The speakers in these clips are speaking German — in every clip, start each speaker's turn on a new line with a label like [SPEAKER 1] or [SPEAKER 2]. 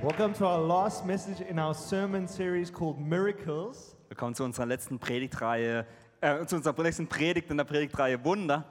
[SPEAKER 1] Welcome to our last message in our sermon series called Miracles.
[SPEAKER 2] Willkommen zu unserer letzten Predigtreihe, äh, zu unserer letzten Predigt in der Predigtreihe Wunder.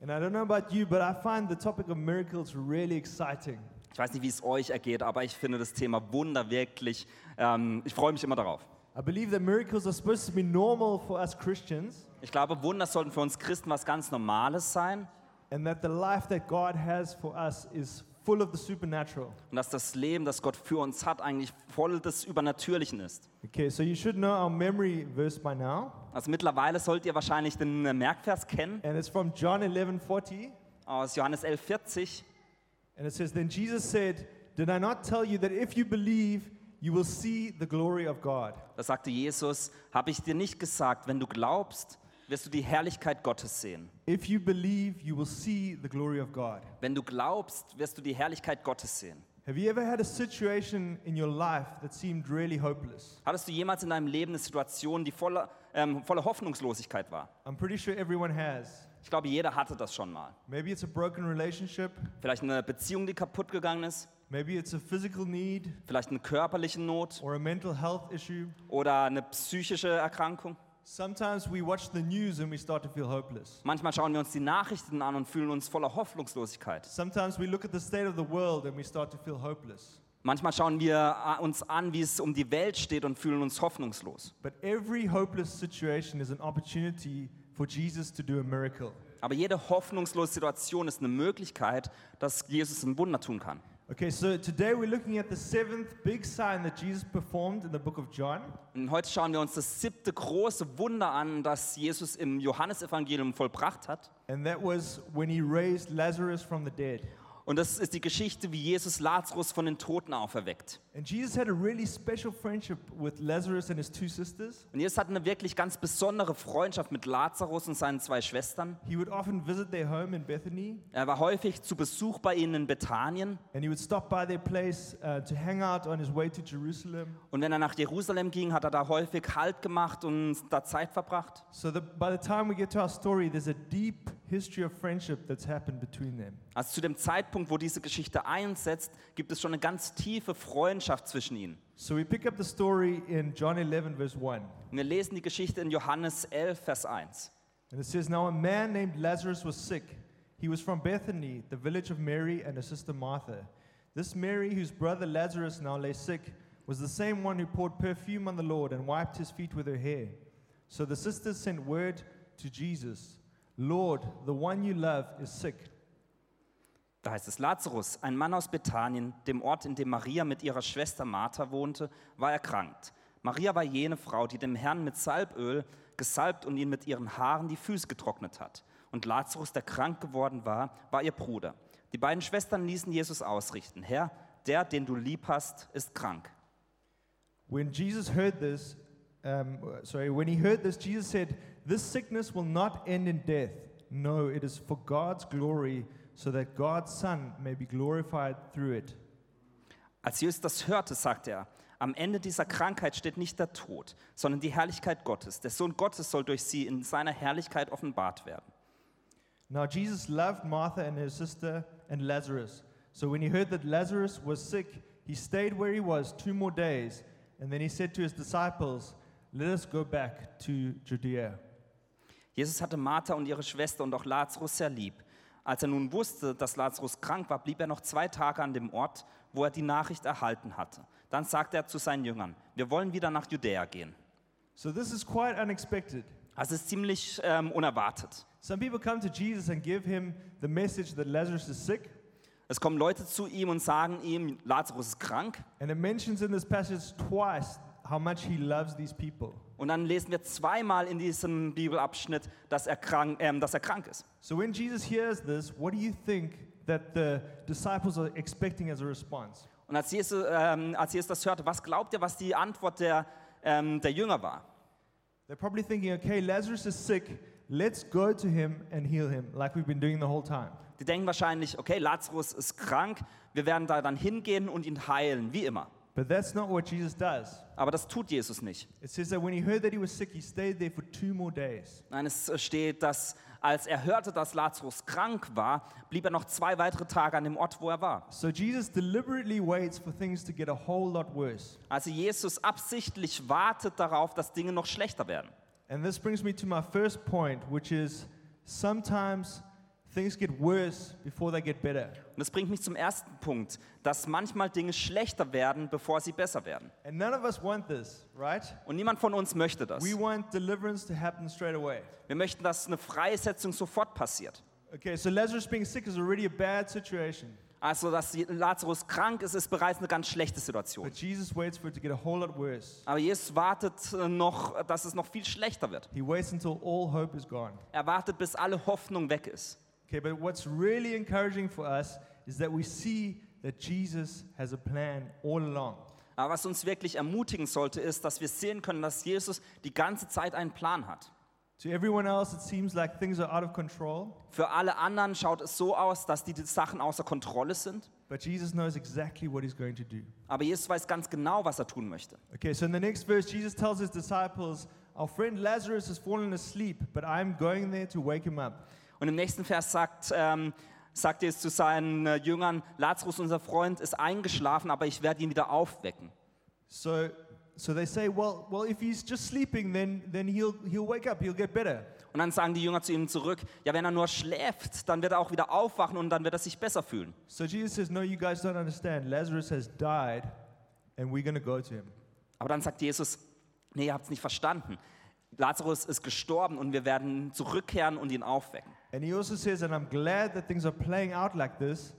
[SPEAKER 1] And I don't know about you, but I find the topic of miracles really exciting.
[SPEAKER 2] Ich weiß nicht, wie es euch ergeht, aber ich finde das Thema Wunder wirklich, ähm, ich freue mich immer darauf.
[SPEAKER 1] I believe that miracles are supposed to be normal for us Christians
[SPEAKER 2] Ich glaube, Wunder sollten für uns Christen was ganz Normales sein
[SPEAKER 1] and that the life that God has for us is full of the supernatural.
[SPEAKER 2] und dass das Leben, das Gott für uns hat, eigentlich voll des Übernatürlichen ist.
[SPEAKER 1] Okay, so you should know our memory verse by now,
[SPEAKER 2] Also mittlerweile sollt ihr wahrscheinlich den äh, Merkvers kennen
[SPEAKER 1] and it's from John 11:40,
[SPEAKER 2] aus Johannes 11,40.
[SPEAKER 1] and it says then Jesus said, "Did I not tell you that if you believe, you will see the glory of God?"
[SPEAKER 2] Da sagte Jesus, habe ich dir nicht gesagt, wenn du glaubst, wirst du die Herrlichkeit Gottes sehen.
[SPEAKER 1] If you believe, you will see the glory of God.
[SPEAKER 2] Wenn du glaubst, wirst du die Herrlichkeit Gottes sehen.
[SPEAKER 1] Have you ever had a situation in your life that seemed really hopeless?
[SPEAKER 2] Hattest du jemals in deinem Leben eine Situation, die voller, ähm, voller Hoffnungslosigkeit war?
[SPEAKER 1] I'm pretty sure everyone has.
[SPEAKER 2] Ich glaube, jeder hatte das schon mal.
[SPEAKER 1] Maybe it's a broken relationship,
[SPEAKER 2] Vielleicht eine Beziehung, die kaputt gegangen ist,
[SPEAKER 1] maybe it's a physical need
[SPEAKER 2] vielleicht eine körperliche Not
[SPEAKER 1] or a mental health issue.
[SPEAKER 2] oder eine psychische Erkrankung.
[SPEAKER 1] Sometimes we watch the news and we start to feel hopeless.
[SPEAKER 2] Manchmal schauen wir uns die Nachrichten an und fühlen uns voller Hoffnungslosigkeit.
[SPEAKER 1] Sometimes we look at the state of the world and we start to feel hopeless.
[SPEAKER 2] Manchmal schauen wir äh, uns an, wie es um die Welt steht und fühlen uns hoffnungslos.
[SPEAKER 1] But every hopeless situation is an opportunity for Jesus to do a miracle.
[SPEAKER 2] Aber jede hoffnungslose Situation ist eine Möglichkeit, dass Jesus ein Wunder tun kann.
[SPEAKER 1] Okay, so today we're looking at the seventh big sign that Jesus performed in the book of John.
[SPEAKER 2] Und heute schauen wir uns das siebte große Wunder an, das Jesus im Johannesevangelium vollbracht hat.
[SPEAKER 1] And that was when he raised Lazarus from the dead.
[SPEAKER 2] Und das ist die Geschichte, wie Jesus Lazarus von den Toten auferweckt.
[SPEAKER 1] And Jesus had a really special friendship with Lazarus and his two sisters.
[SPEAKER 2] Und Jesus hat eine wirklich ganz besondere Freundschaft mit Lazarus und seinen zwei Schwestern.
[SPEAKER 1] He would often visit their home in Bethany,
[SPEAKER 2] Er war häufig zu Besuch bei ihnen in Bethanien.
[SPEAKER 1] and he would stop by their place uh, to hang out on his way to Jerusalem.
[SPEAKER 2] Und wenn er nach Jerusalem ging, hat er da häufig Halt gemacht und da Zeit verbracht.
[SPEAKER 1] So the, by the time we get to our story, there's a deep history of friendship that's happened between them.
[SPEAKER 2] Also zu dem Zeitpunkt, wo diese Geschichte einsetzt, gibt es schon eine ganz tiefe Freundschaft zwischen ihnen.
[SPEAKER 1] So we pick up the story in John 11, verse 1.
[SPEAKER 2] Und wir lesen die Geschichte in Johannes 11, Vers 1.
[SPEAKER 1] And it says, Now a man named Lazarus was sick. He was from Bethany, the village of Mary and her sister Martha. This Mary, whose brother Lazarus now lay sick, was the same one who poured perfume on the Lord and wiped his feet with her hair. So the sisters sent word to Jesus Lord, the one you love is sick.
[SPEAKER 2] Da heißt es, Lazarus, ein Mann aus Bethanien, dem Ort, in dem Maria mit ihrer Schwester Martha wohnte, war erkrankt. Maria war jene Frau, die dem Herrn mit Salböl gesalbt und ihn mit ihren Haaren die Füße getrocknet hat. Und Lazarus, der krank geworden war, war ihr Bruder. Die beiden Schwestern ließen Jesus ausrichten, Herr, der, den du lieb hast, ist krank.
[SPEAKER 1] When Jesus heard this, um, sorry, when he heard this, Jesus said, This sickness will not end in death. No, it is for God's glory, so that God's Son may be glorified through it.
[SPEAKER 2] Als Jesus das hörte, sagte er, am Ende dieser Krankheit steht nicht der Tod, sondern die Herrlichkeit Gottes. Der Sohn Gottes soll durch sie in seiner Herrlichkeit offenbart werden.
[SPEAKER 1] Now Jesus loved Martha and her sister and Lazarus. So when he heard that Lazarus was sick, he stayed where he was two more days, and then he said to his disciples, "Let us go back to Judea."
[SPEAKER 2] Jesus hatte Martha und ihre Schwester und auch Lazarus sehr lieb. Als er nun wusste, dass Lazarus krank war, blieb er noch zwei Tage an dem Ort, wo er die Nachricht erhalten hatte. Dann sagte er zu seinen Jüngern, wir wollen wieder nach Judäa gehen.
[SPEAKER 1] So this is quite unexpected.
[SPEAKER 2] Das ist ziemlich ähm, unerwartet.
[SPEAKER 1] Some people come to Jesus and give him the message that Lazarus is sick,
[SPEAKER 2] Es kommen Leute zu ihm und sagen ihm, Lazarus ist krank.
[SPEAKER 1] and it mentions in this passage twice how much he loves these people.
[SPEAKER 2] Und dann lesen wir zweimal in diesem Bibelabschnitt, dass er krank, ähm, dass er krank ist.
[SPEAKER 1] So when Jesus hears this, what do you think that the disciples are expecting as a response?
[SPEAKER 2] Und als Jesus, ähm, als Jesus das hörte, was glaubt ihr, was die Antwort der, ähm, der Jünger war?
[SPEAKER 1] They're probably thinking, okay, Lazarus is sick. Let's go to him and heal him, like we've been doing the whole time.
[SPEAKER 2] Die denken wahrscheinlich, okay, Lazarus ist krank, wir werden da dann hingehen und ihn heilen, wie immer.
[SPEAKER 1] But that's not what Jesus does.
[SPEAKER 2] Aber das tut Jesus nicht.
[SPEAKER 1] It says that when he heard that he was sick, he stayed there for two more days.
[SPEAKER 2] Nein, es steht, dass als er hörte, dass Lazarus krank war, blieb er noch zwei weitere Tage an dem Ort, wo er war.
[SPEAKER 1] So Jesus deliberately waits for things to get a whole lot worse.
[SPEAKER 2] Also Jesus absichtlich wartet darauf, dass Dinge noch schlechter werden.
[SPEAKER 1] And this brings me to my first point, which is sometimes things get worse before they get better.
[SPEAKER 2] Und das bringt mich zum ersten Punkt, dass manchmal Dinge schlechter werden, bevor sie besser werden.
[SPEAKER 1] And none of us want this, right?
[SPEAKER 2] Und niemand von uns möchte das.
[SPEAKER 1] We want deliverance to happen straight away.
[SPEAKER 2] Wir möchten, dass eine Freisetzung sofort passiert.
[SPEAKER 1] Okay, so Lazarus being sick is already a bad situation.
[SPEAKER 2] Also, dass Lazarus krank ist, ist bereits eine ganz schlechte Situation.
[SPEAKER 1] But Jesus waits for it to get a whole lot worse.
[SPEAKER 2] Aber Jesus wartet äh, noch, dass es noch viel schlechter wird.
[SPEAKER 1] He waits until all hope is gone.
[SPEAKER 2] Er wartet, bis alle Hoffnung weg ist.
[SPEAKER 1] Okay, but what's really encouraging for us is that we see that Jesus has a plan all along.
[SPEAKER 2] Aber was uns wirklich ermutigen sollte, ist, dass wir sehen können, dass Jesus die ganze Zeit einen Plan hat.
[SPEAKER 1] To everyone else, it seems like things are out of control,
[SPEAKER 2] Für alle anderen schaut es so aus, dass die, die Sachen außer Kontrolle sind.
[SPEAKER 1] but Jesus knows exactly what he's going to do.
[SPEAKER 2] Aber Jesus weiß ganz genau, was er tun möchte.
[SPEAKER 1] Okay, so in the next verse, Jesus tells his disciples, Our friend Lazarus has fallen asleep, but I'm going there to wake him up.
[SPEAKER 2] Und im nächsten Vers sagt, ähm, sagt Jesus zu seinen äh, Jüngern, Lazarus, unser Freund, ist eingeschlafen, aber ich werde ihn wieder aufwecken.
[SPEAKER 1] So, so they say, Well, well if he's just sleeping, then, then he'll, he'll wake up, he'll get better.
[SPEAKER 2] Und dann sagen die Jünger zu ihm zurück, ja, wenn er nur schläft, dann wird er auch wieder aufwachen und dann wird er sich besser fühlen.
[SPEAKER 1] So Jesus says, No, you guys don't understand. Lazarus has died, and we're going to go to him.
[SPEAKER 2] Aber dann sagt Jesus, nee, ihr habt es nicht verstanden. Lazarus ist gestorben und wir werden zurückkehren und ihn aufwecken.
[SPEAKER 1] And he also says, and I'm glad that things are playing out like this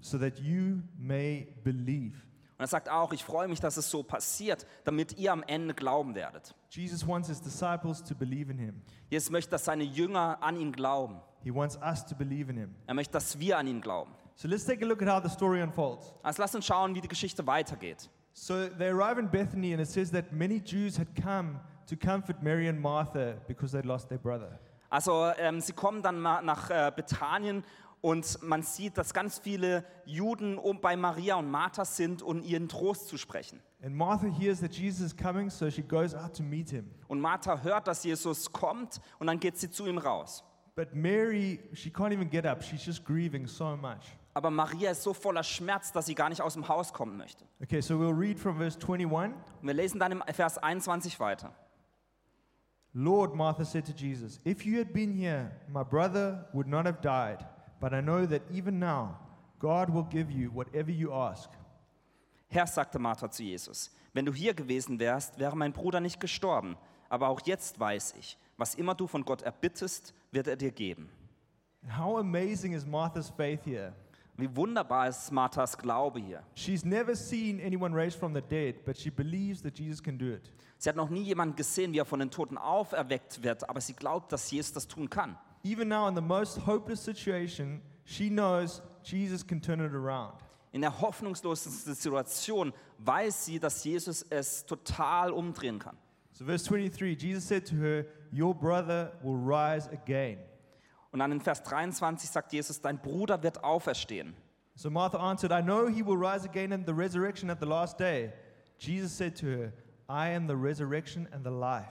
[SPEAKER 1] so that you may believe.
[SPEAKER 2] Und er sagt auch, ich freue mich, dass es so passiert, damit ihr am Ende glauben werdet.
[SPEAKER 1] Jesus wants his disciples to believe in him.
[SPEAKER 2] Jesus möchte, dass seine Jünger an ihn glauben.
[SPEAKER 1] He wants us to believe in him.
[SPEAKER 2] Er möchte, dass wir an ihn glauben.
[SPEAKER 1] So let's take a look at how the story unfolds.
[SPEAKER 2] Also lasst uns schauen, wie die Geschichte weitergeht.
[SPEAKER 1] So they arrive in Bethany, and it says that many Jews had come to comfort Mary and Martha because they'd lost their brother.
[SPEAKER 2] Also ähm, sie kommen dann ma- nach äh, Bethanien und man sieht, dass ganz viele Juden um bei Maria und Martha sind, um ihren Trost zu sprechen.
[SPEAKER 1] And Martha hears that Jesus is coming, so she goes out to meet him.
[SPEAKER 2] Und Martha hört, dass Jesus kommt und dann geht sie zu ihm raus.
[SPEAKER 1] But Mary, she can't even get up. She's just grieving so much.
[SPEAKER 2] Aber Maria ist so voller Schmerz, dass sie gar nicht aus dem Haus kommen möchte.
[SPEAKER 1] Okay, so we'll read from verse 21.
[SPEAKER 2] Und wir lesen dann im Vers 21 weiter.
[SPEAKER 1] Lord, Martha said to Jesus, if you had been here, my brother would not have died. But I know that even now, God will give you whatever you ask.
[SPEAKER 2] Herr, sagte Martha zu Jesus, wenn du hier gewesen wärst, wäre mein Bruder nicht gestorben. Aber auch jetzt weiß ich, was immer du von Gott erbittest, wird er dir geben.
[SPEAKER 1] How amazing is Martha's faith here?
[SPEAKER 2] Wie wunderbar ist Marthas Glaube hier.
[SPEAKER 1] She's never seen anyone raised from the dead, but she believes that Jesus can do it.
[SPEAKER 2] Sie hat noch nie jemanden gesehen, wie er von den Toten auferweckt wird, aber sie glaubt, dass Jesus das tun kann.
[SPEAKER 1] Even now, in the most hopeless situation, she knows Jesus can turn it around.
[SPEAKER 2] In der hoffnungslosesten Situation weiß sie, dass Jesus es total umdrehen kann.
[SPEAKER 1] So, verse 23 Jesus said to her, Your brother will rise again.
[SPEAKER 2] Und dann in Vers 23 sagt Jesus, dein Bruder wird auferstehen.
[SPEAKER 1] So Martha answered, I know he will rise again in the resurrection at the last day. Jesus said to her, I am the resurrection and the life.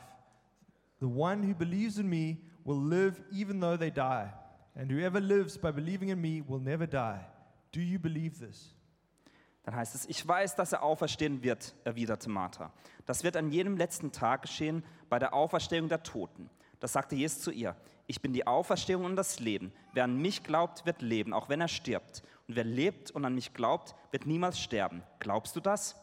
[SPEAKER 1] The one who believes in me will live even though they die, and whoever lives by believing in me will never die. Do you believe this?
[SPEAKER 2] Dann heißt es, ich weiß, dass er auferstehen wird, erwiderte Martha. Das wird an jenem letzten Tag geschehen, bei der Auferstehung der Toten. Das sagte Jesus zu ihr, ich bin die Auferstehung und das Leben. Wer an mich glaubt, wird leben, auch wenn er stirbt. Und wer lebt und an mich glaubt, wird niemals sterben. Glaubst du das?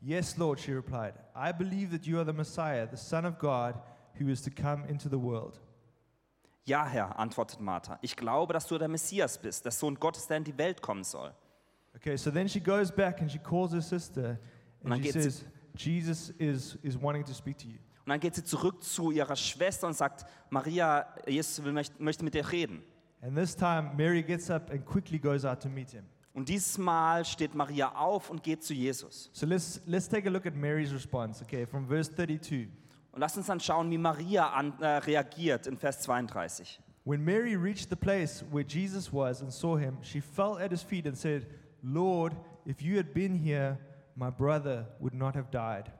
[SPEAKER 1] Yes, Lord, she replied. I believe that you are the Messiah, the Son of God, who is to come into the world.
[SPEAKER 2] Ja, Herr, antwortet Martha, ich glaube, dass du der Messias bist, der Sohn Gottes, der in die Welt kommen soll.
[SPEAKER 1] Okay, so then she goes back and she calls her sister,
[SPEAKER 2] And
[SPEAKER 1] and
[SPEAKER 2] I
[SPEAKER 1] she
[SPEAKER 2] get to-
[SPEAKER 1] says, Jesus is, is wanting to speak to you.
[SPEAKER 2] Und dann geht sie zurück zu ihrer Schwester und sagt, Maria, Jesus will, möcht- möchte mit dir reden.
[SPEAKER 1] And this time, Mary gets up and quickly goes out to meet him.
[SPEAKER 2] Und dieses Mal steht Maria auf und geht zu Jesus.
[SPEAKER 1] So let's, let's take a look at Mary's response, okay, from verse 32.
[SPEAKER 2] Und lasst uns dann schauen, wie Maria an, äh, reagiert in Vers 32.
[SPEAKER 1] When Mary reached the place where Jesus was and saw him, she fell at his feet and said, Lord, if you had been here, my brother would not have died.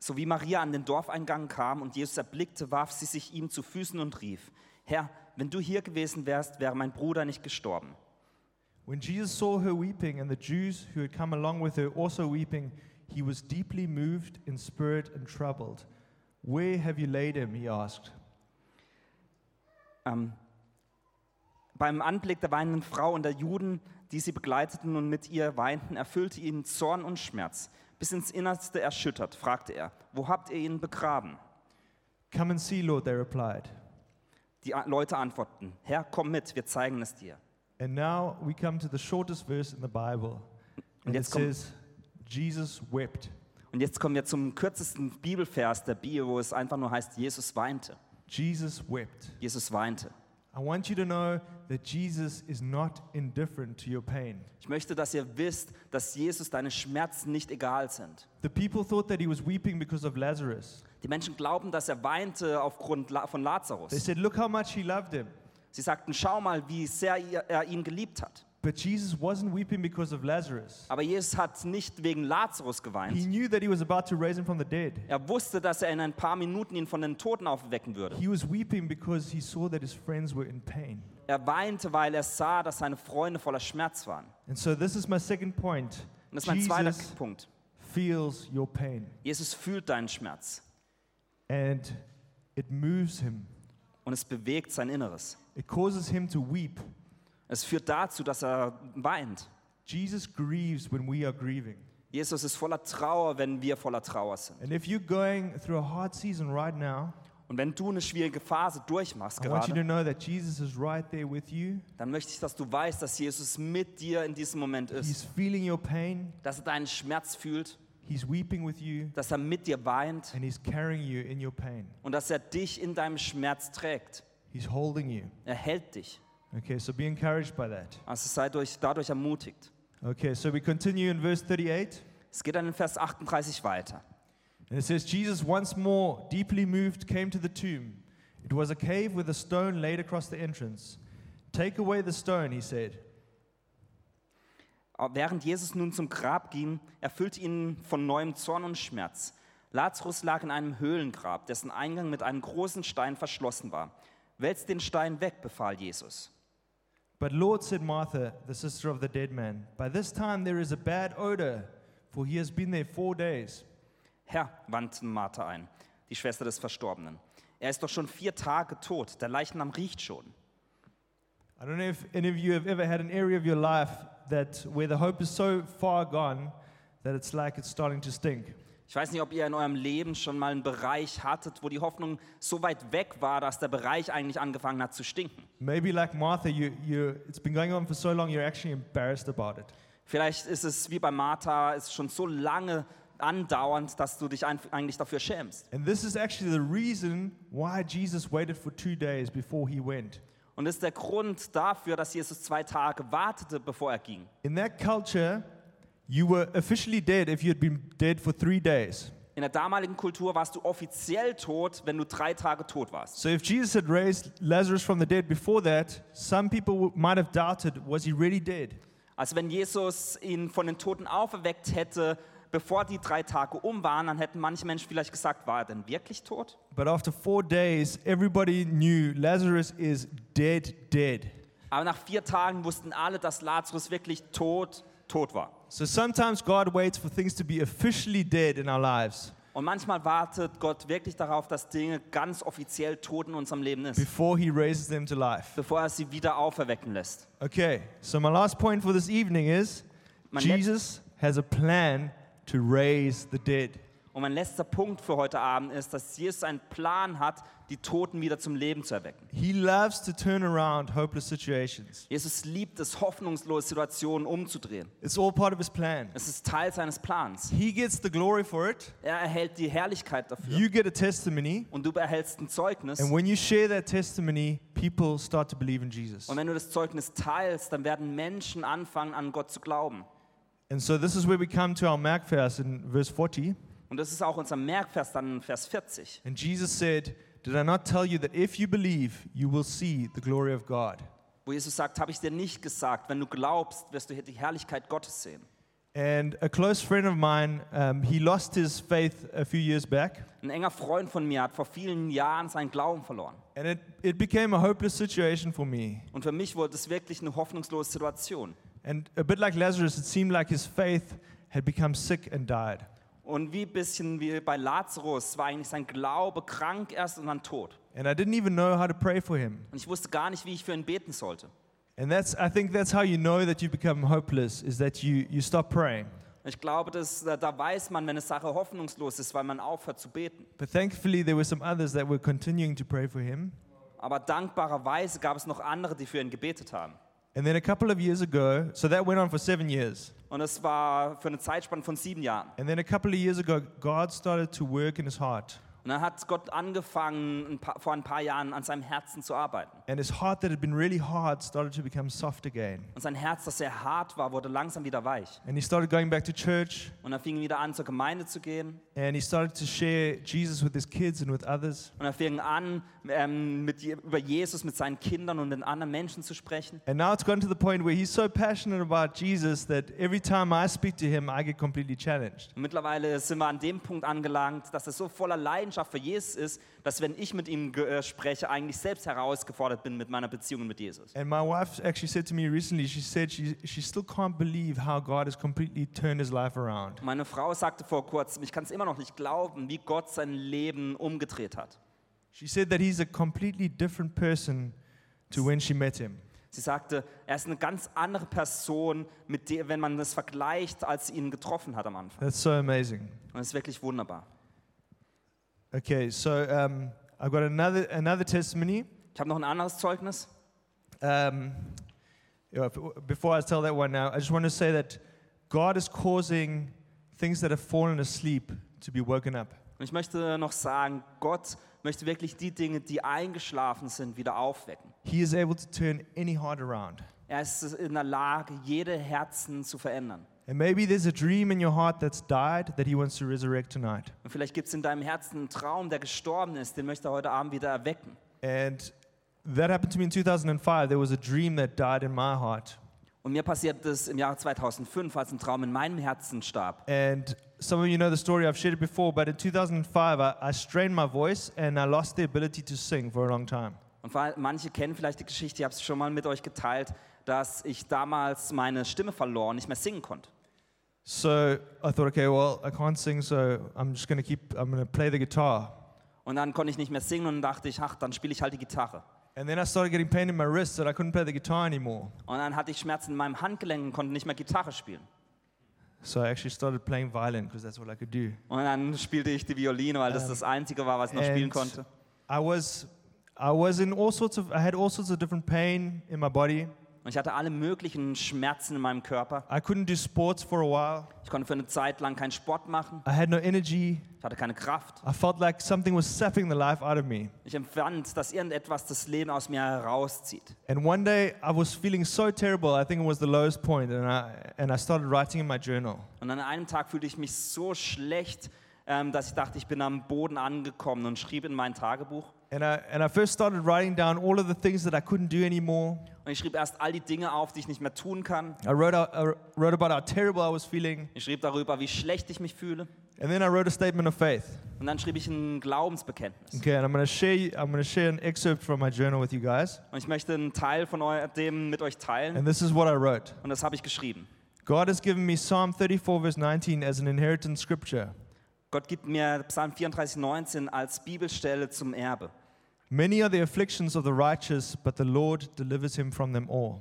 [SPEAKER 2] So wie Maria an den Dorfeingang kam und Jesus erblickte, warf sie sich ihm zu Füßen und rief, Herr, wenn du hier gewesen wärst, wäre mein Bruder nicht gestorben.
[SPEAKER 1] When Jesus saw her weeping and the Jews who had come along with her also weeping, he was deeply moved in spirit and troubled. Where have you laid him? he asked.
[SPEAKER 2] Ähm, beim Anblick der weinenden Frau und der Juden, die sie begleiteten und mit ihr weinten, erfüllte ihn Zorn und Schmerz. Bis ins Innerste erschüttert, fragte er, wo habt ihr ihn begraben?
[SPEAKER 1] Come and see, Lord, they replied.
[SPEAKER 2] Die A- Leute antworteten, Herr, komm mit, wir zeigen es dir.
[SPEAKER 1] And now we come to the shortest verse in the Bible. And it
[SPEAKER 2] jetzt kommt-
[SPEAKER 1] says, Jesus wept.
[SPEAKER 2] Und jetzt kommen wir zum kürzesten Bibelvers der Bibel, wo es einfach nur heißt, Jesus weinte.
[SPEAKER 1] Jesus wept.
[SPEAKER 2] Jesus weinte.
[SPEAKER 1] I want you to know that Jesus is not indifferent to your pain.
[SPEAKER 2] Ich möchte, dass ihr wisst, dass Jesus deine Schmerzen nicht egal sind.
[SPEAKER 1] The people thought that he was weeping because of Lazarus.
[SPEAKER 2] Die Menschen glauben, dass er weinte aufgrund La- von
[SPEAKER 1] They
[SPEAKER 2] Lazarus.
[SPEAKER 1] said, Look how much he loved him.
[SPEAKER 2] Sie sagten, schau mal, wie sehr ihr- er ihn geliebt hat.
[SPEAKER 1] But Jesus wasn't weeping because of Lazarus.
[SPEAKER 2] Aber Jesus hat nicht wegen Lazarus
[SPEAKER 1] He
[SPEAKER 2] geweint.
[SPEAKER 1] knew that he was about to raise him from the dead.
[SPEAKER 2] Er wusste, dass er in ein paar Minuten ihn von den Toten aufwecken würde.
[SPEAKER 1] He was weeping because he saw that his friends were in pain.
[SPEAKER 2] Er weinte, weil er sah, dass seine Freunde voller Schmerz waren.
[SPEAKER 1] And so, this is my second point.
[SPEAKER 2] Und das ist mein zweiter
[SPEAKER 1] Jesus
[SPEAKER 2] Punkt.
[SPEAKER 1] feels your pain
[SPEAKER 2] Jesus fühlt deinen Schmerz
[SPEAKER 1] and it moves him,
[SPEAKER 2] und es bewegt sein Inneres.
[SPEAKER 1] it causes him to weep.
[SPEAKER 2] Es führt dazu, dass er weint.
[SPEAKER 1] Jesus grieves when we are grieving.
[SPEAKER 2] Jesus ist voller Trauer, wenn wir voller Trauer sind.
[SPEAKER 1] And if you're going through a hard season right now,
[SPEAKER 2] Und wenn du eine schwierige Phase durchmachst
[SPEAKER 1] I want you to
[SPEAKER 2] gerade,
[SPEAKER 1] know that Jesus is right there with you.
[SPEAKER 2] dann möchte ich, dass du weißt, dass Jesus mit dir in diesem Moment ist.
[SPEAKER 1] He's feeling your pain,
[SPEAKER 2] Dass er deinen Schmerz fühlt,
[SPEAKER 1] He's weeping with you,
[SPEAKER 2] dass er mit dir weint
[SPEAKER 1] and He's carrying you in your pain.
[SPEAKER 2] und dass er dich in deinem Schmerz trägt.
[SPEAKER 1] He's holding you.
[SPEAKER 2] Er hält dich.
[SPEAKER 1] Okay, so be encouraged by that.
[SPEAKER 2] Also sei durch, dadurch ermutigt.
[SPEAKER 1] Okay, so we continue in verse 38,
[SPEAKER 2] Es geht dann in Vers 38 weiter.
[SPEAKER 1] and it says Jesus, once more deeply moved, came to the tomb. It was a cave with a stone laid across the entrance. Take away the stone, he said.
[SPEAKER 2] Während Jesus nun zum Grab ging, erfüllte ihn von neuem Zorn und Schmerz. Lazarus lag in einem Höhlengrab, dessen Eingang mit einem großen Stein verschlossen war. Wälzt den Stein weg, befahl Jesus.
[SPEAKER 1] But Lord, said Martha, the sister of the dead man, by this time there is a bad odor, for he has been there four days.
[SPEAKER 2] Herr, wandte Martha ein, die Schwester des Verstorbenen. Er ist doch schon vier Tage tot, der Leichnam riecht schon.
[SPEAKER 1] I don't know if any of you have ever had an area of your life that where the hope is so far gone that it's like it's starting to stink.
[SPEAKER 2] Ich weiß nicht, ob ihr in eurem Leben schon mal einen Bereich hattet, wo die Hoffnung so weit weg war, dass der Bereich eigentlich angefangen hat zu stinken.
[SPEAKER 1] Maybe like Martha, you, you, it's been going on for so long, you're actually embarrassed about it.
[SPEAKER 2] Vielleicht ist es wie bei Martha, ist schon so lange andauernd, dass du dich ein- eigentlich dafür schämst.
[SPEAKER 1] And this is actually the reason why Jesus waited for two days before he went.
[SPEAKER 2] Und das ist der Grund dafür, dass Jesus zwei Tage wartete, bevor er ging.
[SPEAKER 1] In that culture, you were officially dead if you had been dead for three days.
[SPEAKER 2] In der damaligen Kultur warst du offiziell tot, wenn du drei Tage tot warst.
[SPEAKER 1] So if Jesus had raised Lazarus from the dead before that, some people w- might have doubted, was he really dead?
[SPEAKER 2] Also wenn Jesus ihn von den Toten auferweckt hätte, bevor die drei Tage um waren, dann hätten manche Menschen vielleicht gesagt, war er denn wirklich tot?
[SPEAKER 1] But after four days, everybody knew Lazarus is dead, dead.
[SPEAKER 2] Aber nach vier Tagen wussten alle, dass Lazarus wirklich tot, tot war.
[SPEAKER 1] So sometimes God waits for things to be officially dead in our lives
[SPEAKER 2] Und manchmal wartet Gott wirklich darauf, dass Dinge ganz offiziell tot in unserem Leben ist,
[SPEAKER 1] before he raises them to life.
[SPEAKER 2] bevor er sie wieder auferwecken lässt.
[SPEAKER 1] Okay, so my last point for this evening is
[SPEAKER 2] My next-
[SPEAKER 1] Jesus has a plan to raise the dead.
[SPEAKER 2] Und mein letzter Punkt für heute Abend ist, dass Jesus einen Plan hat, die Toten wieder zum Leben zu erwecken.
[SPEAKER 1] He loves to turn around hopeless situations.
[SPEAKER 2] Jesus liebt es, hoffnungslose Situationen umzudrehen.
[SPEAKER 1] It's all part of his plan.
[SPEAKER 2] Es ist Teil seines Plans.
[SPEAKER 1] He gets the glory for it.
[SPEAKER 2] Er erhält die Herrlichkeit dafür.
[SPEAKER 1] You get a testimony,
[SPEAKER 2] Und du erhältst ein Zeugnis.
[SPEAKER 1] and
[SPEAKER 2] Und
[SPEAKER 1] when you share that testimony, people start to believe in Jesus.
[SPEAKER 2] wenn du das Zeugnis teilst, dann werden Menschen anfangen, an Gott zu glauben.
[SPEAKER 1] And so this is where we come to our mark verse in verse 40.
[SPEAKER 2] Und das ist auch unser Merkvers dann in Vers 40.
[SPEAKER 1] And Jesus said, Did I not tell you that if you believe, you will see the glory of God?
[SPEAKER 2] wo Jesus sagt, habe ich dir nicht gesagt, wenn du glaubst, wirst du die Herrlichkeit Gottes sehen.
[SPEAKER 1] And a close friend of mine, um, he lost his faith a few years back,
[SPEAKER 2] Ein enger Freund von mir hat vor vielen Jahren seinen Glauben verloren.
[SPEAKER 1] and it, it became a hopeless situation for me.
[SPEAKER 2] Und für mich wurde es wirklich eine hoffnungslose Situation.
[SPEAKER 1] And a bit like Lazarus, it seemed like his faith had become sick and died.
[SPEAKER 2] Und wie ein bisschen wie bei Lazarus war eigentlich sein Glaube krank erst und dann tot.
[SPEAKER 1] And I didn't even know how to pray for him.
[SPEAKER 2] Und ich wusste gar nicht, wie ich für ihn beten sollte.
[SPEAKER 1] And that's, I think that's how you know that you become hopeless, is that you, you stop praying.
[SPEAKER 2] Und ich glaube, dass, äh, da da weiß man, wenn eine Sache hoffnungslos ist, weil man aufhört zu beten.
[SPEAKER 1] But thankfully, there were some others that were continuing to pray for him.
[SPEAKER 2] Aber dankbarerweise gab es noch andere, die für ihn gebetet haben.
[SPEAKER 1] And then a couple of years ago, so that went on for seven years.
[SPEAKER 2] Und es war für eine Zeitspanne von sieben Jahren.
[SPEAKER 1] And then a couple of years ago, God started to work in his heart.
[SPEAKER 2] Und dann hat Gott angefangen, ein paar, vor ein paar Jahren an seinem Herzen zu arbeiten.
[SPEAKER 1] And his heart that had been really hard started to become soft again.
[SPEAKER 2] Und sein Herz, das sehr hart war, wurde langsam wieder weich.
[SPEAKER 1] And he started going back to church
[SPEAKER 2] Und er fing wieder an, zur Gemeinde zu gehen.
[SPEAKER 1] and he started to share Jesus with his kids and with others.
[SPEAKER 2] Und er fing an, ähm, mit, Je- über Jesus mit seinen Kindern und den anderen Menschen zu sprechen.
[SPEAKER 1] And now it's gotten to the point where he's so passionate about Jesus that every time I speak to him, I get completely challenged.
[SPEAKER 2] Und mittlerweile sind wir an dem Punkt angelangt, dass er so voller Leidenschaft für Jesus ist, dass wenn ich mit ihm ge- äh, spreche, eigentlich selbst herausgefordert bin mit meiner Beziehung mit Jesus.
[SPEAKER 1] And my wife actually said to me recently, she said she, she still can't believe how God has completely turned his life around.
[SPEAKER 2] Meine Frau sagte vor kurzem, ich kann es immer noch nicht glauben, wie Gott sein Leben umgedreht hat.
[SPEAKER 1] She said that he's a completely different person to when she met him.
[SPEAKER 2] Sie sagte, er ist eine ganz andere Person, mit der, wenn man das vergleicht, als sie ihn getroffen hat am Anfang.
[SPEAKER 1] That's so amazing.
[SPEAKER 2] Und das ist wirklich wunderbar.
[SPEAKER 1] Okay, so um, I've got another, another testimony.
[SPEAKER 2] Ich habe noch ein anderes Zeugnis.
[SPEAKER 1] Um, you know, f- before I tell that one now, I just want to say that God is causing things that have fallen asleep to be woken up.
[SPEAKER 2] Und ich möchte noch sagen, Gott möchte wirklich die Dinge, die eingeschlafen sind, wieder aufwecken.
[SPEAKER 1] He is able to turn any heart around.
[SPEAKER 2] Er ist in der Lage, jede Herzen zu verändern.
[SPEAKER 1] And maybe there's a dream in your heart that's died that He wants to resurrect tonight.
[SPEAKER 2] Und vielleicht gibt es in deinem Herzen einen Traum, der gestorben ist, den möchte er heute Abend wieder erwecken.
[SPEAKER 1] And that happened to me in 2005. There was a dream that died in my heart.
[SPEAKER 2] Und mir passiert das im Jahre 2005, als ein Traum in meinem Herzen starb.
[SPEAKER 1] And some of you know the story, I've shared it before, but in 2005, I, I strained my voice and I lost the ability to sing for a long time.
[SPEAKER 2] Und vor allem- manche kennen vielleicht die Geschichte, ich habe es schon mal mit euch geteilt, dass ich damals meine Stimme verlor und nicht mehr singen konnte.
[SPEAKER 1] So I thought, okay, well, I can't sing, so I'm just going to keep, I'm going to play the guitar.
[SPEAKER 2] Und dann konnte ich nicht mehr singen und dachte ich, ach, dann spiele ich halt die Gitarre.
[SPEAKER 1] And then I started getting pain in my wrist that I couldn't play the guitar anymore.
[SPEAKER 2] Und dann hatte ich Schmerzen in meinem Handgelenk und konnte nicht mehr Gitarre spielen.
[SPEAKER 1] So I actually started playing violin because that's what I could do.
[SPEAKER 2] Und dann spielte ich die Violine, weil das
[SPEAKER 1] Ähm,
[SPEAKER 2] das Einzige war, was ich noch
[SPEAKER 1] and
[SPEAKER 2] spielen konnte.
[SPEAKER 1] I was, I was in all sorts of, I had all sorts of different pain in my body.
[SPEAKER 2] Und ich hatte alle möglichen Schmerzen in meinem Körper.
[SPEAKER 1] I couldn't do sports for a while.
[SPEAKER 2] Ich konnte für eine Zeit lang keinen Sport machen.
[SPEAKER 1] I had no energy.
[SPEAKER 2] Ich hatte keine Kraft.
[SPEAKER 1] I felt like something was sapping the life out of me.
[SPEAKER 2] Ich empfand, dass irgendetwas das Leben aus mir herauszieht.
[SPEAKER 1] And one day I was feeling so terrible. I think it was the lowest point, and I and I started writing in my journal.
[SPEAKER 2] Und an einem Tag fühlte ich mich so schlecht, ähm, dass ich dachte, ich bin am Boden angekommen und schrieb in mein Tagebuch.
[SPEAKER 1] And I and I first started writing down all of the things that I couldn't do anymore.
[SPEAKER 2] Und ich schrieb erst all die Dinge auf, die ich nicht mehr tun kann.
[SPEAKER 1] I wrote out, I wrote about how terrible I was feeling,
[SPEAKER 2] Ich schrieb darüber, wie schlecht ich mich fühle.
[SPEAKER 1] and then I wrote a statement of faith.
[SPEAKER 2] Und dann schrieb ich ein Glaubensbekenntnis.
[SPEAKER 1] Okay, and I'm gonna share you- I'm gonna share an excerpt from my journal with you guys.
[SPEAKER 2] Und ich möchte einen Teil von eu dem mit euch teilen.
[SPEAKER 1] And this is what I wrote.
[SPEAKER 2] Und das habe ich geschrieben.
[SPEAKER 1] God has given me Psalm 34 verse 19 as an inheritance scripture.
[SPEAKER 2] Gott gibt mir Psalm 34, 19 als Bibelstelle zum Erbe.
[SPEAKER 1] Many are the afflictions of the righteous, but the Lord delivers him from them all.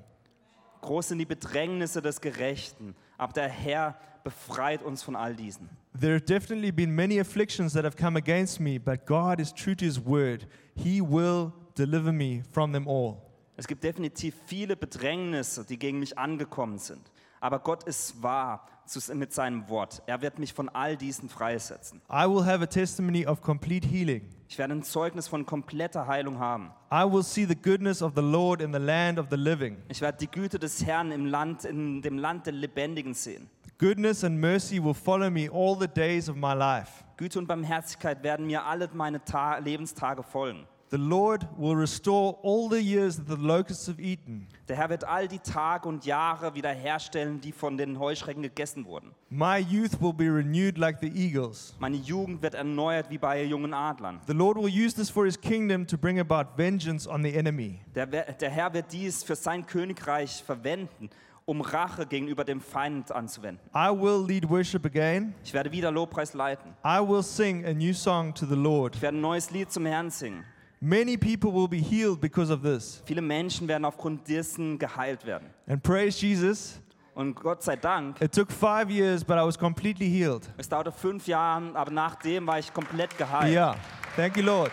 [SPEAKER 2] Groß sind die Bedrängnisse des Gerechten, aber der Herr befreit uns von all diesen.
[SPEAKER 1] There have definitely been many afflictions that have come against me, but God is true to his word. He will deliver me from them all.
[SPEAKER 2] Es gibt definitiv viele Bedrängnisse, die gegen mich angekommen sind. Aber Gott ist wahr zu- mit seinem Wort. Er wird mich von all diesen freisetzen.
[SPEAKER 1] I will have a testimony of complete healing.
[SPEAKER 2] Ich werde ein Zeugnis von kompletter Heilung haben.
[SPEAKER 1] I will see the goodness of the Lord in the land of the living.
[SPEAKER 2] Ich werde die Güte des Herrn im Land, in dem Land der Lebendigen sehen.
[SPEAKER 1] Goodness and mercy will follow me all the days of my life,
[SPEAKER 2] Güte und Barmherzigkeit werden mir alle meine Ta Lebenstage folgen.
[SPEAKER 1] The Lord will restore all the years that the locusts have eaten.
[SPEAKER 2] Der Herr wird all die Tage und Jahre wiederherstellen, die von den Heuschrecken gegessen wurden.
[SPEAKER 1] My youth will be renewed like the eagles.
[SPEAKER 2] Meine Jugend wird erneuert wie bei jungen Adlern.
[SPEAKER 1] The Lord will use this for his kingdom to bring about vengeance on the enemy.
[SPEAKER 2] Der, We- der Herr wird dies für sein Königreich verwenden, um Rache gegenüber dem Feind anzuwenden.
[SPEAKER 1] I will lead worship again.
[SPEAKER 2] Ich werde wieder Lobpreis leiten.
[SPEAKER 1] I will sing a new song to the Lord.
[SPEAKER 2] Ich werde ein neues Lied zum Herrn singen.
[SPEAKER 1] Many people will be healed because of this.
[SPEAKER 2] Viele Menschen werden aufgrund dessen geheilt werden.
[SPEAKER 1] And praise Jesus,
[SPEAKER 2] Und Gott sei Dank,
[SPEAKER 1] it took five years, but I was completely healed.
[SPEAKER 2] es dauerte fünf Jahre, aber nachdem war ich komplett geheilt.
[SPEAKER 1] Yeah, thank you, Lord.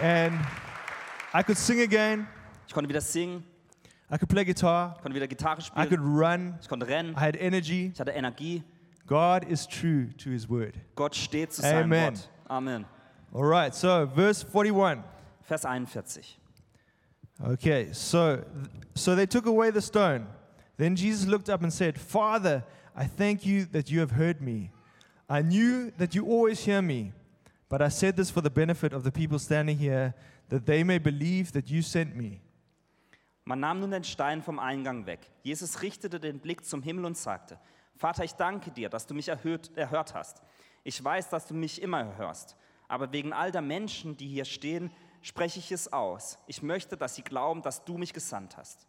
[SPEAKER 1] And I could sing again,
[SPEAKER 2] Ich konnte wieder singen,
[SPEAKER 1] I could play guitar,
[SPEAKER 2] konnte wieder Gitarre
[SPEAKER 1] I
[SPEAKER 2] spielen,
[SPEAKER 1] could run,
[SPEAKER 2] ich konnte rennen,
[SPEAKER 1] I had energy.
[SPEAKER 2] ich hatte Energie.
[SPEAKER 1] God is true to his word.
[SPEAKER 2] Gott steht zu seinem
[SPEAKER 1] Amen.
[SPEAKER 2] Wort. Amen.
[SPEAKER 1] All right, so verse 41.
[SPEAKER 2] Vers 41.
[SPEAKER 1] Okay, so so they took away the stone. Then Jesus looked up and said, "Father, I thank you that you have heard me. I knew that you always hear me, but I said this for the benefit of the people standing here, that they may believe that you sent me."
[SPEAKER 2] Man nahm nun den Stein vom Eingang weg. Jesus richtete den Blick zum Himmel und sagte, Vater, ich danke dir, dass du mich erhört, erhört hast. Ich weiß, dass du mich immer erhörst. Aber wegen all der Menschen, die hier stehen, spreche ich es aus. Ich möchte, dass sie glauben, dass du mich gesandt hast.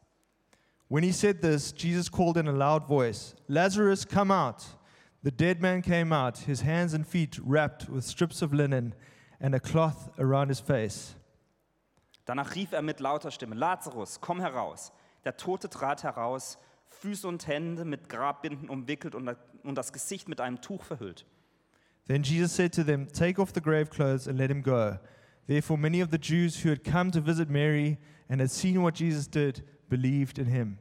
[SPEAKER 1] When he said this, Jesus called in a loud voice, "Lazarus, come out!" The dead man came out, his hands and feet wrapped with strips of linen and a cloth around his face.
[SPEAKER 2] Danach rief er mit lauter Stimme, Lazarus, komm heraus. Der Tote trat heraus, Füße und Hände mit Grabbinden umwickelt und und das Gesicht mit einem Tuch verhüllt.
[SPEAKER 1] Then Jesus said to them, Take off the grave clothes and let him go. Therefore, many of the Jews who had come to visit Mary and had seen what Jesus did believed in him.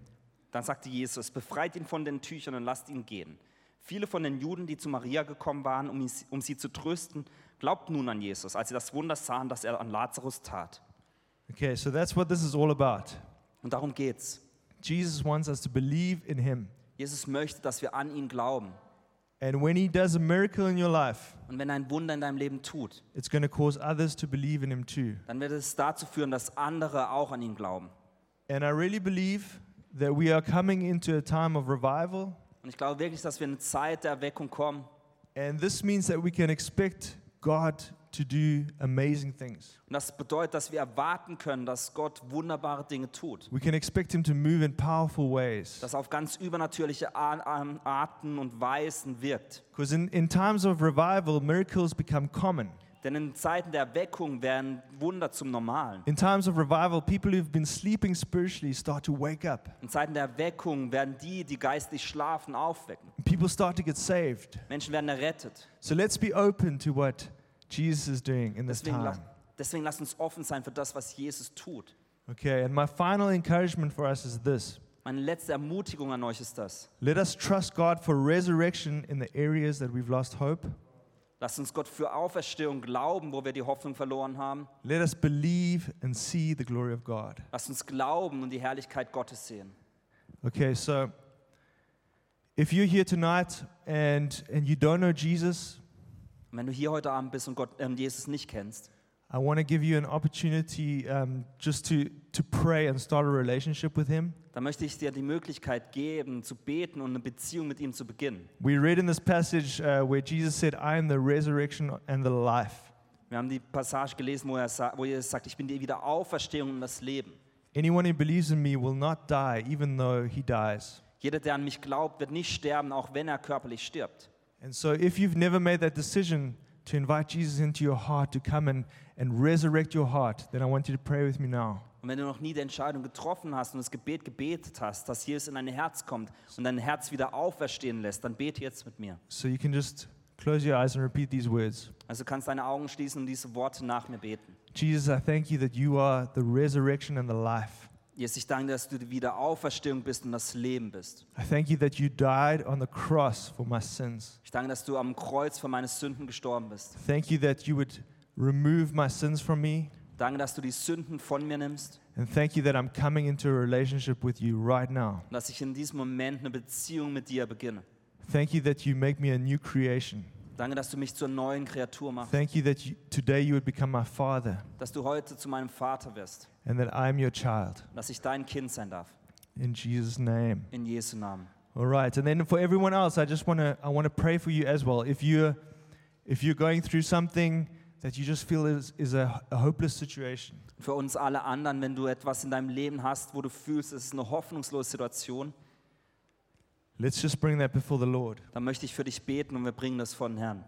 [SPEAKER 2] Dann sagte Jesus, befreit ihn von den Tüchern und lasst ihn gehen. Viele von den Juden, die zu Maria gekommen waren, um, ihn- um sie zu trösten, glaubten nun an Jesus, als sie das Wunder sahen, das er an Lazarus tat.
[SPEAKER 1] Okay, so that's what this is all about.
[SPEAKER 2] Und darum geht's.
[SPEAKER 1] Jesus wants us to believe in him.
[SPEAKER 2] Jesus möchte, dass wir an ihn glauben.
[SPEAKER 1] And when he does a miracle in your life,
[SPEAKER 2] Und wenn er ein Wunder in deinem Leben tut,
[SPEAKER 1] it's going to cause others to believe in him too.
[SPEAKER 2] dann wird es dazu führen, dass andere auch an ihn glauben.
[SPEAKER 1] And I really believe that we are coming into a time of revival.
[SPEAKER 2] Und ich glaube wirklich, dass wir in eine Zeit der Erweckung kommen.
[SPEAKER 1] And this means that we can expect God to do amazing things.
[SPEAKER 2] Und das bedeutet, dass wir erwarten können, dass Gott wunderbare Dinge tut.
[SPEAKER 1] We can expect him to move in powerful ways.
[SPEAKER 2] Dass er auf ganz übernatürliche Ar- Ar- Arten und Weisen wirkt.
[SPEAKER 1] Because in, in times of revival, miracles become common.
[SPEAKER 2] Denn in Zeiten der Erweckung werden Wunder zum Normalen.
[SPEAKER 1] In times of revival, people who've been sleeping spiritually start to wake up.
[SPEAKER 2] In Zeiten der Erweckung werden die, die geistlich schlafen, aufwecken.
[SPEAKER 1] And people start to get saved.
[SPEAKER 2] Menschen werden errettet.
[SPEAKER 1] So let's be open to what Jesus is doing in this
[SPEAKER 2] Deswegen, lass-
[SPEAKER 1] time.
[SPEAKER 2] deswegen lasst uns offen sein für das, was Jesus tut.
[SPEAKER 1] Okay, and my final encouragement for us is this
[SPEAKER 2] Meine letzte Ermutigung an euch ist das.
[SPEAKER 1] let us trust God for resurrection in the areas that we've lost hope.
[SPEAKER 2] Lasst uns Gott für Auferstehung glauben, wo wir die Hoffnung verloren haben.
[SPEAKER 1] Let us believe and see the glory of God.
[SPEAKER 2] Lasst uns glauben und die Herrlichkeit Gottes sehen.
[SPEAKER 1] Okay, so if you're here tonight and, and you don't know Jesus,
[SPEAKER 2] Und wenn du hier heute Abend bist und Gott, ähm, Jesus nicht kennst,
[SPEAKER 1] I want to give you an opportunity um, just to, to pray and start a relationship with Him.
[SPEAKER 2] dann möchte ich dir die Möglichkeit geben, zu beten und eine Beziehung mit ihm zu beginnen.
[SPEAKER 1] We read in this passage uh, where Jesus said, I am the resurrection and the life.
[SPEAKER 2] Wir haben die Passage gelesen, wo, er, sa- wo Jesus sagt, ich bin die Wiederauferstehung und das Leben.
[SPEAKER 1] Anyone who believes in me will not die, even though he dies.
[SPEAKER 2] Jeder, der an mich glaubt, wird nicht sterben, auch wenn er körperlich stirbt.
[SPEAKER 1] And so, if you've never made that decision to invite Jesus into your heart to come and, and resurrect your heart, then I want you to pray with me now.
[SPEAKER 2] Und wenn du noch nie die Entscheidung getroffen hast und das Gebet gebetet hast, dass Jesus in dein Herz kommt und dein Herz wieder auferstehen lässt, dann bete jetzt mit mir.
[SPEAKER 1] So, you can just close your eyes and repeat these words
[SPEAKER 2] Also du kannst deine Augen schließen und diese Worte nach mir beten.
[SPEAKER 1] Jesus, I thank you that you are the resurrection and the life.
[SPEAKER 2] Jesus, ich danke dir, dass du die Wiederauferstehung bist und das Leben bist.
[SPEAKER 1] I thank you that you died on the cross for my sins.
[SPEAKER 2] Ich danke, dass du am Kreuz für meine Sünden gestorben bist.
[SPEAKER 1] Thank you that you would remove my sins from me.
[SPEAKER 2] Danke, dass du die Sünden von mir nimmst
[SPEAKER 1] And thank you that I'm coming into a relationship with you right now.
[SPEAKER 2] und dass ich in diesem Moment eine Beziehung mit dir beginne.
[SPEAKER 1] Thank you that you make me a new creation.
[SPEAKER 2] Danke, dass du mich zur neuen Kreatur machst,
[SPEAKER 1] Thank you that you, today you would become my father
[SPEAKER 2] dass du heute zu meinem Vater wirst,
[SPEAKER 1] and that I'm your child.
[SPEAKER 2] dass ich dein Kind sein darf.
[SPEAKER 1] In Jesus' name.
[SPEAKER 2] In Jesu Namen.
[SPEAKER 1] All right, and then for everyone else, I just want to I want to pray for you as well. If you are if you're going through something that you just feel is is a, a hopeless situation,
[SPEAKER 2] Für uns alle anderen, wenn du etwas in deinem Leben hast, wo du fühlst, es ist eine hoffnungslose Situation,
[SPEAKER 1] let's just bring that before the Lord.
[SPEAKER 2] dann möchte ich für dich beten und wir bringen das vor den Herrn.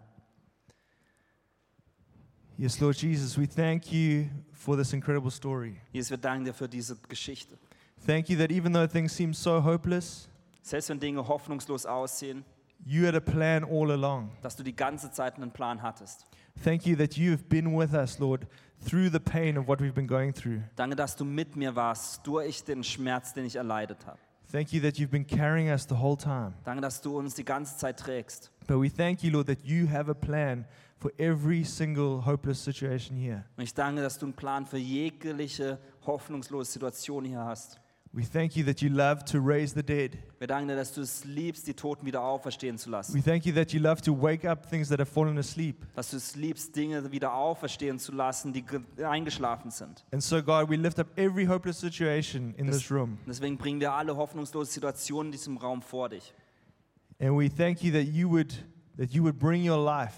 [SPEAKER 1] Yes, Lord Jesus, we thank you for this incredible story.
[SPEAKER 2] Jesus, wir danken dir für diese Geschichte.
[SPEAKER 1] Thank you that even though things seem so hopeless,
[SPEAKER 2] Selbst wenn Dinge hoffnungslos aussehen,
[SPEAKER 1] you had a plan all along.
[SPEAKER 2] dass du die ganze Zeit einen Plan hattest.
[SPEAKER 1] Thank you that you have been with us, Lord, through the pain of what we've been going through.
[SPEAKER 2] Danke, dass du mit mir warst, durch den Schmerz, den ich erleidet habe.
[SPEAKER 1] Thank you that you've been carrying us the whole time.
[SPEAKER 2] Danke, dass du uns die ganze Zeit trägst.
[SPEAKER 1] But we thank you, Lord, that you have a plan for every single hopeless situation here.
[SPEAKER 2] Und ich danke, dass du einen Plan für jegliche hoffnungslose Situation hier hast.
[SPEAKER 1] We thank you that you love to raise the dead.
[SPEAKER 2] Wir danken dir, dass du es liebst, die Toten wieder auferstehen zu lassen.
[SPEAKER 1] We thank you that you love to wake up things that have fallen asleep.
[SPEAKER 2] Dass du es liebst, Dinge wieder auferstehen zu lassen, die ge- eingeschlafen sind.
[SPEAKER 1] And so, God, we lift up every hopeless situation in this room.
[SPEAKER 2] Und deswegen bringen wir alle hoffnungslose Situationen in diesem Raum vor dich.
[SPEAKER 1] And we thank you that you would that you would bring your life.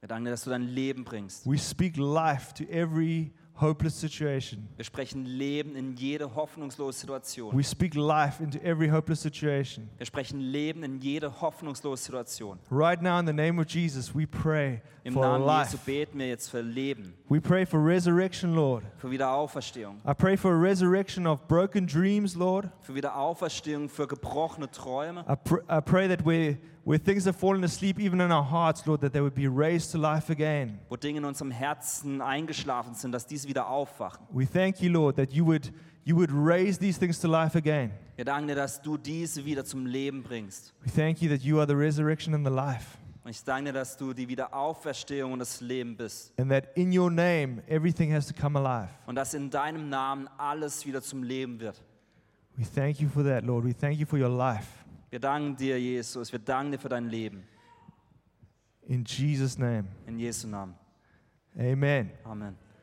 [SPEAKER 2] Wir danken dir, dass du dein Leben bringst.
[SPEAKER 1] We speak life to every hopeless situation.
[SPEAKER 2] Wir sprechen Leben in jede hoffnungslose Situation.
[SPEAKER 1] We speak life into every hopeless situation.
[SPEAKER 2] Wir sprechen Leben in jede hoffnungslose Situation.
[SPEAKER 1] Right now, in the name of Jesus, we pray
[SPEAKER 2] Im
[SPEAKER 1] for
[SPEAKER 2] Namen
[SPEAKER 1] life.
[SPEAKER 2] Jesu beten wir jetzt für Leben,
[SPEAKER 1] We pray for resurrection, Lord.
[SPEAKER 2] für Wiederauferstehung,
[SPEAKER 1] I pray for a resurrection of broken dreams, Lord.
[SPEAKER 2] für Wiederauferstehung, für gebrochene Träume.
[SPEAKER 1] I, pr- I pray that where, where things have fallen asleep, even in our hearts, Lord, that they would be raised to life again.
[SPEAKER 2] wo Dinge in unserem Herzen eingeschlafen sind, dass diese wieder aufwachen.
[SPEAKER 1] We thank you, Lord, that you would, you would raise these things to life again.
[SPEAKER 2] Wir danken dir, dass du diese wieder zum Leben bringst.
[SPEAKER 1] We thank you that you are the resurrection and the life,
[SPEAKER 2] Und ich danke dir, dass du die Wiederauferstehung und das Leben bist.
[SPEAKER 1] and that in your name, everything has to come alive.
[SPEAKER 2] Und dass in deinem Namen alles wieder zum Leben wird.
[SPEAKER 1] We thank you for that, Lord. We thank you for your life.
[SPEAKER 2] Wir danken dir, Jesus. Wir danken dir für dein Leben.
[SPEAKER 1] In Jesus' name,
[SPEAKER 2] In Jesu Namen.
[SPEAKER 1] amen.
[SPEAKER 2] Amen.